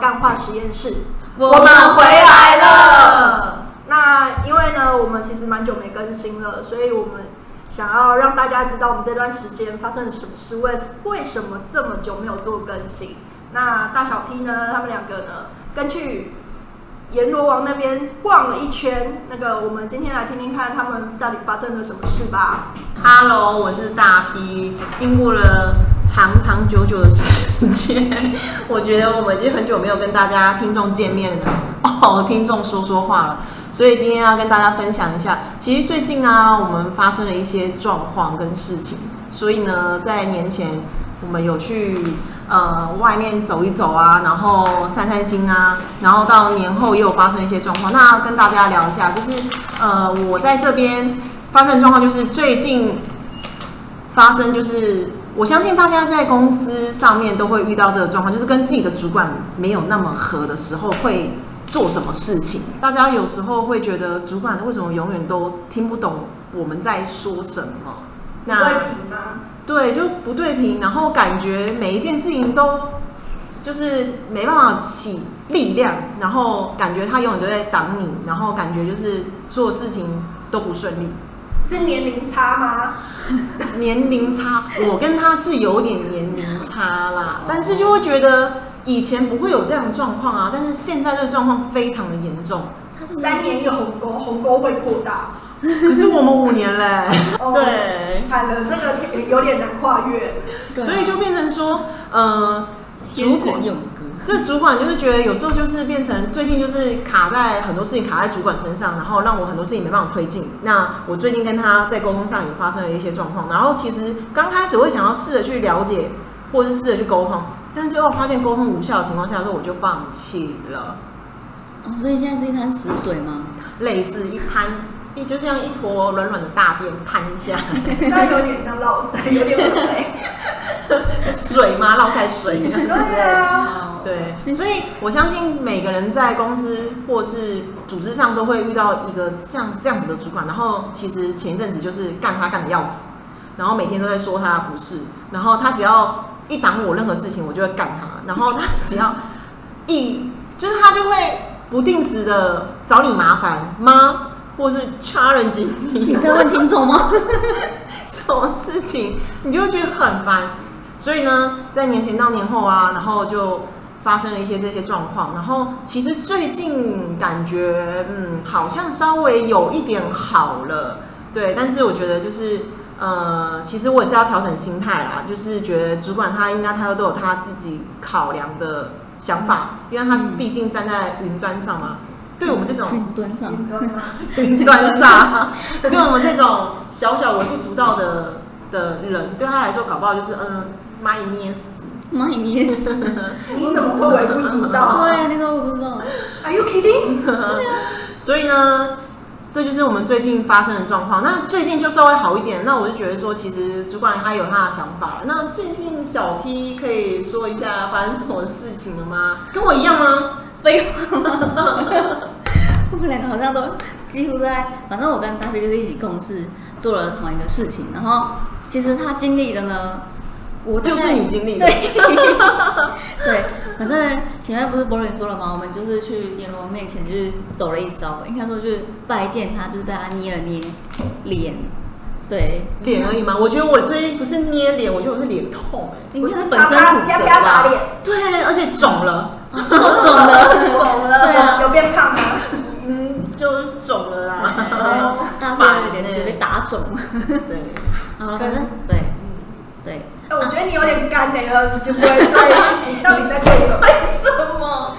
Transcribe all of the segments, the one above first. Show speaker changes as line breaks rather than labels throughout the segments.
干化实验室，
我们回来了。
那因为呢，我们其实蛮久没更新了，所以我们想要让大家知道我们这段时间发生了什么事，为为什么这么久没有做更新。那大小 P 呢，他们两个呢，跟去阎罗王那边逛了一圈。那个，我们今天来听听看他们到底发生了什么事吧。
Hello，我是大 P。经过了长长久久的时间，我觉得我们已经很久没有跟大家听众见面了哦，听众说说话了。所以今天要跟大家分享一下，其实最近呢、啊我们发生了一些状况跟事情，所以呢，在年前我们有去呃外面走一走啊，然后散散心啊，然后到年后也有发生一些状况。那跟大家聊一下，就是呃我在这边发生的状况就是最近发生，就是我相信大家在公司上面都会遇到这个状况，就是跟自己的主管没有那么合的时候会。做什么事情？大家有时候会觉得主管为什么永远都听不懂我们在说什么？那
对平吗？
对，就不对平，然后感觉每一件事情都就是没办法起力量，然后感觉他永远都在挡你，然后感觉就是做事情都不顺利。
是年龄差吗？
年龄差，我跟他是有点年龄差啦，但是就会觉得以前不会有这样的状况啊，但是现在这个状况非常的严重。
他是
三年有鸿沟，鸿沟会扩大。哦
可是我们五年嘞、对，
惨了，这个天有点难跨 越。
所以就变成说，呃，
如
如
果
果
有歌，
这主管就是觉得有时候就是变成最近就是卡在很多事情卡在主管身上，然后让我很多事情没办法推进。那我最近跟他在沟通上也发生了一些状况，然后其实刚开始会想要试着去了解，或者是试着去沟通，但是最后发现沟通无效的情况下，说我就放弃了。
哦，所以现在是一滩死水吗？
类似一滩，一就像一坨软软的大便摊下 来，
那有点像落塞，有点不对。
水吗？落在水之类
对
的。
啊，
哦，
对，所以我相信每个人在公司或是组织上都会遇到一个像这样子的主管，然后其实前一阵子就是干他干的要死，然后每天都在说他不是，然后他只要一挡我任何事情，我就会干他，然后他只要一就是他就会不定时的找你麻烦吗？或是 challenge 你
你在问听众吗？
什么事情，你就会觉得很烦。所以呢，在年前到年后啊，然后就发生了一些这些状况。然后其实最近感觉，嗯，好像稍微有一点好了，对。但是我觉得就是，呃，其实我也是要调整心态啦，就是觉得主管他应该他都有他自己考量的想法，因为他毕竟站在云端上嘛。对我们这种
云端上，
你知道吗？
端上，对我们这种小小微不足道的的人，对他来说，搞不好就是嗯，蚂蚁捏死。
妈你也是。
你怎么会微不足道
对，啊那时候我不知道。
？Are you kidding？
所以呢，这就是我们最近发生的状况。那最近就稍微好一点，那我就觉得说，其实主管他有他的想法了。那最近小 P 可以说一下发生什么事情了吗？跟我一样吗？
废话吗？我们两个好像都几乎在，反正我跟大飞就是一起共事，做了同一个事情。然后其实他经历的呢，我大
就
概
是你经历的，
对，反正前面不是博伦说了吗？我们就是去阎罗王面前，就是走了一遭，应该说就是拜见他，就是被他捏了捏脸，对，
脸而已吗？我觉得我最近不是捏脸，我觉得我是脸痛、欸。
应该是
不
本
是
身
打
骨
打要
折
不要打
吧，
脸？
对，而且肿了。
啊 超肿的，
肿
对
了，
啊
有变胖吗？
嗯，就是肿了啦， 欸
大飞的脸直接被打肿。
对，
好了，反正对对，
哎，我觉得你有点干嘞，然后你就不会对，你到底在对什么？
为什么？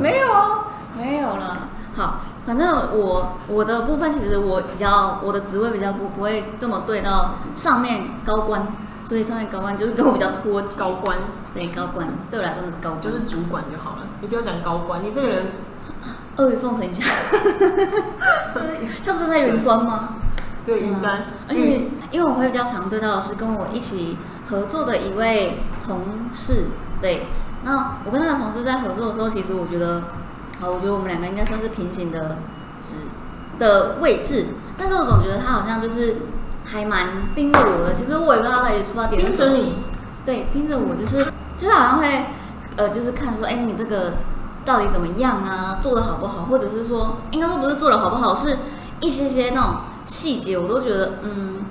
没有啊，没有了。好，反正我我的部分其实我比较我的职位比较不不会这么对到上面高官，所以上面高官就是跟我比较脱节。
高官
对高官对我来说是高官，
就是主管就好了，你不要讲高官，你这个人
阿谀奉承一下。 他不是在云端吗？
对
嗯
云端，
而且因为我会比较常对到的是跟我一起合作的一位同事，对。那我跟那个同事在合作的时候，其实我觉得，好，我觉得我们两个应该算是平行的职的位置，但是我总觉得他好像就是还蛮盯着我的。其实我也不知道他到底出发点
盯
是什
着
么。
你，
对，盯着我就是就是好像会呃，就是看说，哎，你这个到底怎么样啊？做的好不好？或者是说，应该说不是做的好不好，是一些些那种细节，我都觉得，嗯，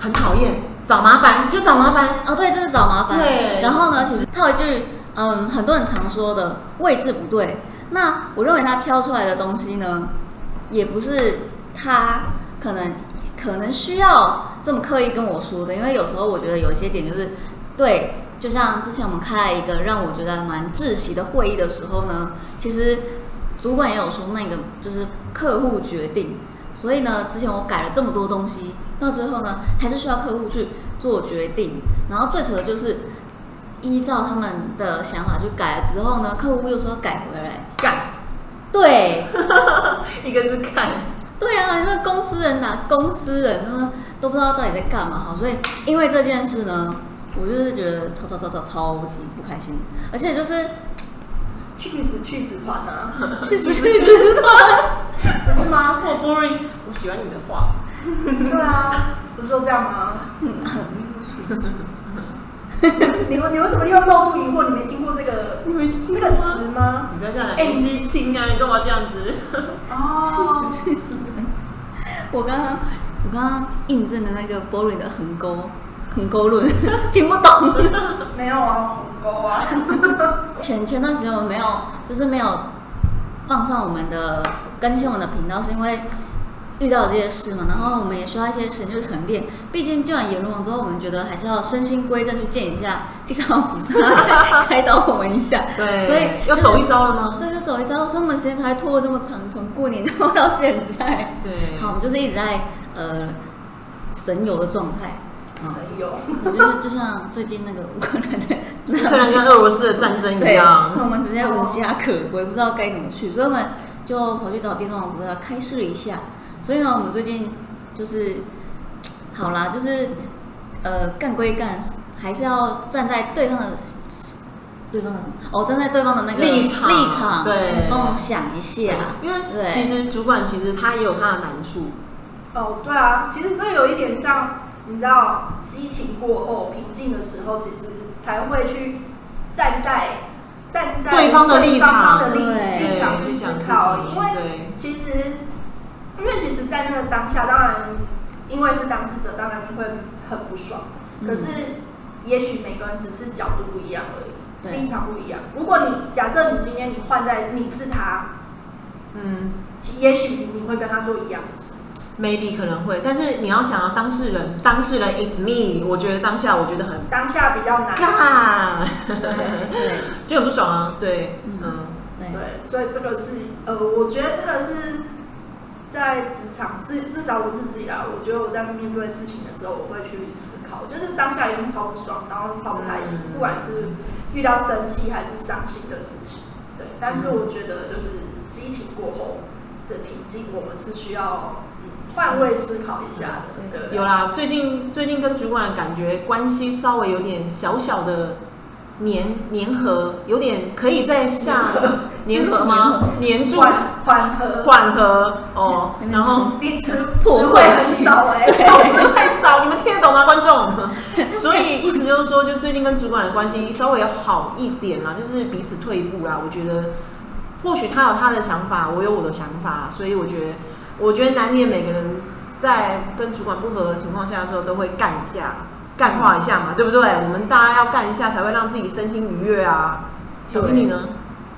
很讨厌，找麻烦就找麻烦。
哦，对，就是找麻烦。
对
然后呢，其实套一句，嗯，很多人常说的位置不对。那我认为他挑出来的东西呢，也不是他可能可能需要这么刻意跟我说的，因为有时候我觉得有一些点就是对。就像之前我们开了一个让我觉得蛮窒息的会议的时候呢，其实主管也有说那个就是客户决定，所以呢，之前我改了这么多东西，到最后呢，还是需要客户去做决定。然后最扯的就是依照他们的想法去改了之后呢，客户又说要改回来。
干，
对，
一个字干。
对啊，因为公司人呐、公司人他们都不知道到底在干嘛好，所以因为这件事呢，我就是觉得超超超超超级不开心，而且就是
去死去死团啊，
去死去死团。
不是吗？
我 boring，我喜欢你的话。
对啊，不是都这样吗？你们你们怎么又露出疑惑？你没听过这个
你没
这个词吗？
你不要这样，
哎
年纪轻啊，你干嘛这样子？
哦，
去死！我刚刚我刚刚印证了那个 boring 的横沟横沟论，听不懂。
没有啊，鸿沟啊，
前前段时间我们没有，就是没有放上我们的更新我们的频道，是因为遇到这些事嘛，然后我们也需要一些时间去沉淀。毕竟进完阎罗王之后，我们觉得还是要身心归正，去见一下地藏王菩萨，开导我们一下。
对，
所以
要走一遭了 吗？
对，就走一遭，所以我们时间才会拖得这么长，从过年拖到现在。
对，
好，我们就是一直在呃神游的状态。啊，
谁有？
就是就像最近那个乌克兰的
乌克兰跟俄罗斯的战争一
对，那我
样，
们直接无家可归，不知道该怎么去，所以我们就跑去找地藏王菩萨开示了一下。所以呢，我们最近就是，好啦，就是呃，干归干，还是要站在对方的对方的什么？哦，站在对方的那个
立场
立场，
对
帮我想一下。
因为
对
其实主管其实他也有他的难处，
哦，对啊，其实这有一点像，你知道，激情过后平静的时候，其实才会去站在站在
对方的立
对
场
方的立
对
立场去
去想
思
事
考，
情，
因为
对，
其实，因为其实，在那个当下，当然，因为是当事者，当然你会很不爽。
嗯
可是，也许每个人只是角度不一样而
对
已，立场不一样。如果你假设你今天你换在你是他，
嗯。
其也许你会跟他做一样的事。
maybe 可能会，但是你要想啊，当事人，当事人 it's me，我觉得当下我觉得很
当下比较难，
尬，
对
就很不爽啊，对，
嗯
嗯，
对
对，所以这个是呃，我觉得这个是在职场至至少我自己啦，我觉得我在面对事情的时候，我会去思考，就是当下一定超不爽，然后超不开心，
嗯
不管是遇到生气还是伤心的事情，对。但是我觉得就是激情过后的平静，我们是需要嗯换位思考一下
嗯
的，对。
有啦，最近最近跟主管感觉关系稍微有点小小的粘粘合，有点可以再下粘合吗？粘住
缓缓和，
缓和哦
那，边
然后
你词
破
词汇
碎
很
期
少哎、
对
动词太少，你们听得懂吗，观 众？所以意思就是说，就最近跟主管的关系稍微好一点啦，就是彼此退一步啦。我觉得，或许他有他的想法，我有我的想法，所以我觉得，我觉得难免每个人在跟主管不合的情况下的时候，都会干一下，干化一下嘛，对不对？我们大家要干一下，才会让自己身心愉悦啊。小
对
明你呢？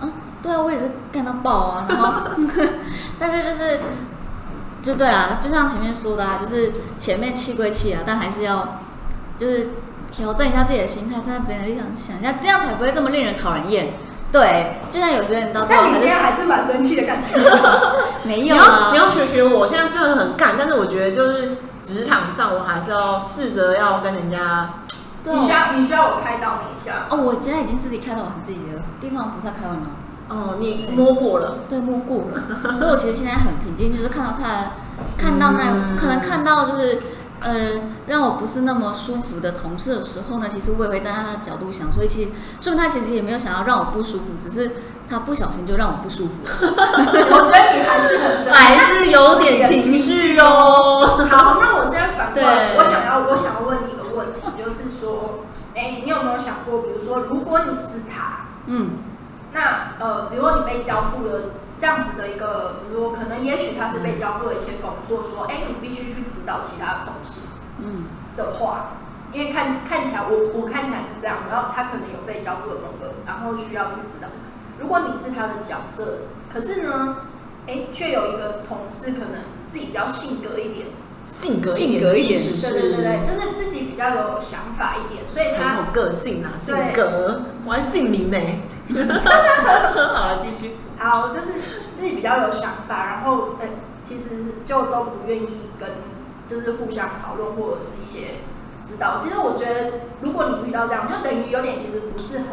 嗯，对啊，我也是干到爆啊，然后， 但是就是，就对啦，就像前面说的啊，就是前面气归气啊，但还是要就是调整一下自己的心态，站在别人的立场想一下，这样才不会这么令人讨人厌。对，就像有些人到最后
但
还
你
是
现在还是蛮生气的感觉。
没
你
有
要
啊
你，要学学我，现在虽然很干，但是我觉得就是职场上，我还是要试着要跟人家
对
你需
啊，
要你需要我开导你一 下。
哦，我现在已经自己开导我自己了，地藏王菩萨开完了。
哦，你摸过了，
对，摸过了，所以我其实现在很平静，就是看到他，看到那、
嗯
可能看到就是，呃，让我不是那么舒服的同事的时候呢，其实我也会站在他的角度想，所以其实说明他其实也没有想要让我不舒服，只是他不小心就让我不舒服了。
我觉得你还是很生
还
哎
是有点情绪哦。
好，那我现在反过来，
对
我想要我想要问你一个问题，就是说，哎、你有没有想过，比如说，如果你是他，
嗯，
那呃，比如说你被交付了这样子的一个，比如说可能也许他是被交付了一些工作，说，哎，你必须去指导其他的同事
嗯，
的话，因为看看起来我我看起来是这样，然后他可能有被交付了某个，然后需要去指导。如果你是他的角色，可是呢，哎，却有一个同事可能自己比较性格一点，
性格
性格一点
是
对对对对，就是自己比较有想法一点，所以他
很有个性啊，性
对
格，我还姓名呢。 好了，继续。
好，就是自己比较有想法，然后呃，其实就都不愿意跟，就是互相讨论或者是一些指导。其实我觉得，如果你遇到这样，就等于有点其实不是很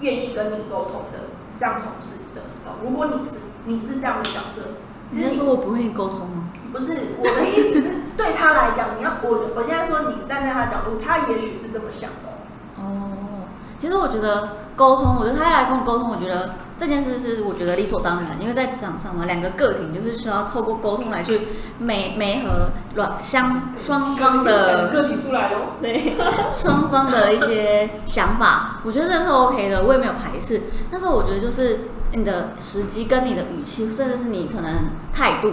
愿意跟你沟通的这样同事的时候，如果你是你是这样的角色，其
你
实
在
你
说我不愿意沟通吗？
不是我的意思是，对他来讲，你要我我现在说你站在他角度，他也许是这么想的哦、
哦，其实我觉得沟通，我觉得他来跟我沟通，我觉得这件事是我觉得理所当然，因为在职场上嘛，两个个体就是需要透过沟通来去美美和软相双方的
个体出来哦喽。
对双方的一些想法，我觉得这是 OK 的，我也没有排斥。但是我觉得就是你的时机跟你的语气，甚至是你可能态度，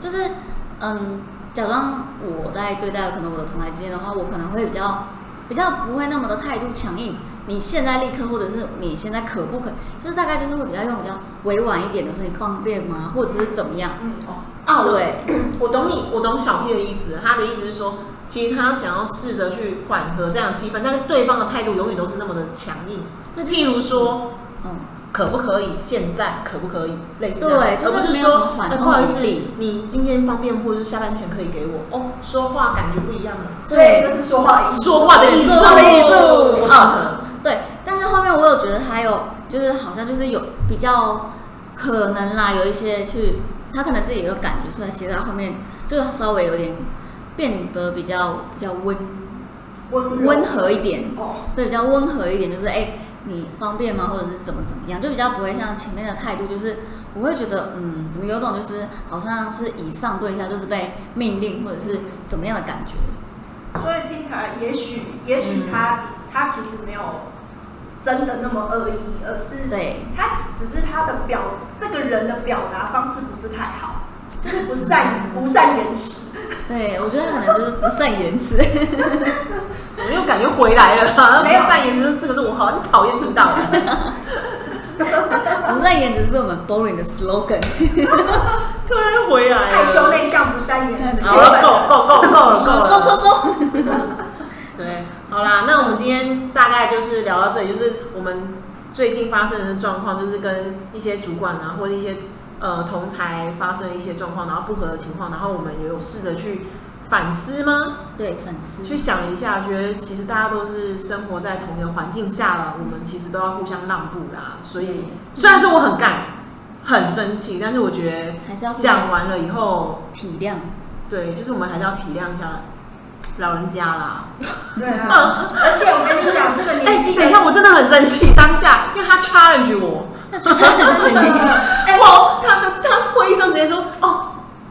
就是嗯，假装我在对待可能我的同台之间的话，我可能会比较比较不会那么的态度强硬。你现在立刻，或者是你现在可不可，就是大概就是会比较用比较委婉一点的，说你方便吗，或者是怎么样？
嗯，
哦啊，我
对，
我懂你，我懂小 P 的意思。他的意思是说，其实他想要试着去缓和这样的气氛，但是对方的态度永远都是那么的强硬。
这就是
譬如说，
嗯，
可不可以？现在可不可以？类似这
对
样，
就是
而不
没
是
有什么
说，
缓
呃
冲
不好意
能
思
力，
你今天方便或者是下班前可以给我哦。说话感觉不一样了，
所以这是说话艺术。
说话的艺哦术，
嗯说话的艺术
我懂了
对，但是后面我有觉得他有，就是好像就是有比较可能啦，有一些去他可能自己也有感觉出来，其实他后面就是稍微有点变得比较比较温
温柔
温和一点，
哦，
对，比较温和一点，就是哎、你方便吗？或者是怎么怎么样，就比较不会像前面的态度，就是我会觉得，嗯，怎么有种就是好像是以上对下，就是被命令或者是怎么样的感觉。
所以听起来也，许也许他、
嗯
他其实没有真的那么恶意，而是
对
他只是他的表这个人的表达方式不是太好，就是不 善不善言辞。
对，我觉得可能就是不善言辞。
怎么又感觉回来了啊？
没有
善言这四个字，我好讨厌听 到。
不善言只是我们 boring 的 slogan。
突然回来了，
害羞内向不善言辞。
好了，够够够够了，够了。
说说说，
对，好啦，那我们今天大概就是聊到这里，就是我们最近发生的状况，就是跟一些主管啊，或者一些呃同才发生一些状况，然后不合的情况，然后我们也有试着去反思吗？
对粉丝
去想一下，觉得其实大家都是生活在同一个环境下了，我们其实都要互相让步啦。所以
嗯
虽然说我很干，很生气，但是我觉
还
得
是要互相
想完了以后，
体 谅，
对，就是我们还是要体谅一下老人家啦。
对啊，而且我跟你讲，这个
哎、
年纪的
等一下，我真的很生气，当下，因为他 challenge 我，
那说是你，
哎、我他的他会议上直接说，哦，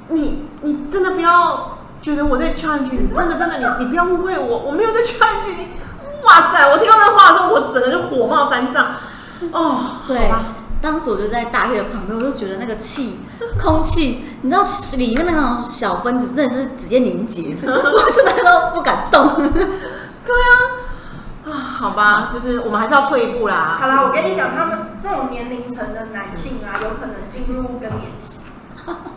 你你真的不要觉得我在 challenge 你，真的真的你你不要误会我，我没有在 challenge 你。哇塞，我听到那话的时候，我整个就火冒三丈。哦，
对
好吧。
当时我就在大黑的旁边，我就觉得那个气，空气，你知道里面那种小分子真的是直接凝 结，我真的都不敢动。
对啊，啊，好吧，就是我们还是要退一步啦。
好啦，我跟你讲，他们这种年龄层的男性
嗯
啊，有可能进入更年期。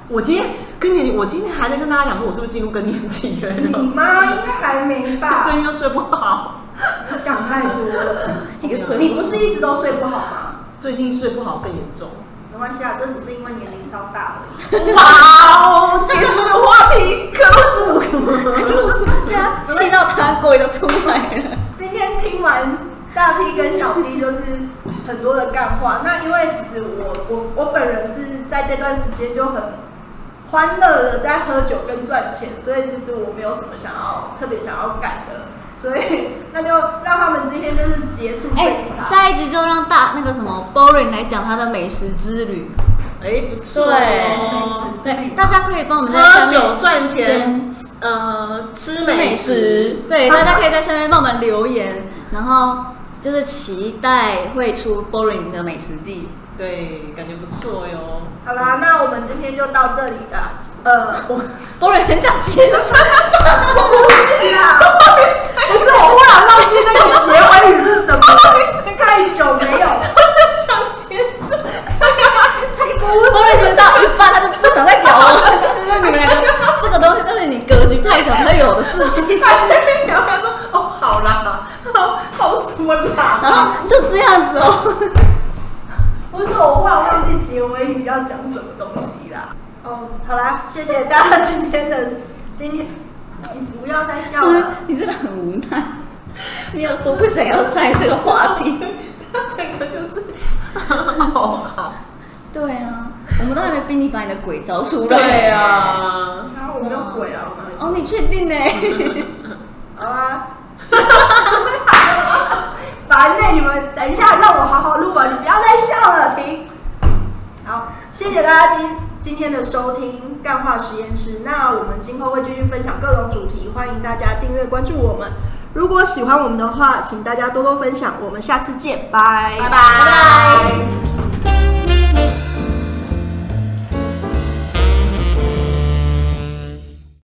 我今天跟你，我今天还在跟大家讲说，我是不是进入更年期 了？
你妈应该还没 吧？
最近又睡不好。
想太多了。
一个水
你不是一直都睡不好吗？
最近睡不好更严重。
没关系啊，这只是因为年龄稍大而已。
哇哦，结束的话题可都是
哎
我。
对啊，气到他鬼都出来 了。
今天听完大 T 跟小 T 就是很多的干话。那因为其实我我我本人是在这段时间就很欢乐的在喝酒跟赚钱，所以其实我没有什么想要特别想要改的，所以那就让他们今天就是结束这
哎
一，趴。
下一集就让大那个什么 boring 来讲他的美食之旅。
哎，不错
对
哦。，
对，大家可以帮我们在
喝
下面
酒赚钱，
先
呃，吃
吃美
美
食
食，，
对，
啊
大家可以在下面帮我们留言，然后就是期待会出 Boring 的美食季。
对，感觉不错哟。
好啦，那我们今天就到这里了。呃， 我
Boring 很想结束，
不是我忽然忘记那个结尾语是什 么了，太久没有。
想结束，
Boring 其实到一半他就不想再聊了，就是说你们两个这个东西都是你格局太小才会有的事情。
然后他说：“哦，好啦，好，好什么啦？”
然后就这样子哦。
不是我忽然忘记结尾语要讲什么东西啦。哦，好啦，谢谢大家今天的今天，你不要再笑了。
你真的很无奈，你有多不想要在这个话题？
他整个就是，哦，好，
对啊，我们都还没逼你把你的鬼招出来。
对啊，
然后我没有鬼啊，我没有
哦，你确定呢？
好啦， 烦呢、你们等一下，让我好好录完，你不要再笑了，停。好，谢谢大家今今天的收听《干话实验室》。那我们今后会继续分享各种主题，欢迎大家订阅关注我们。如果喜欢我们的话，请大家多多分享。我们下次见，拜
拜拜。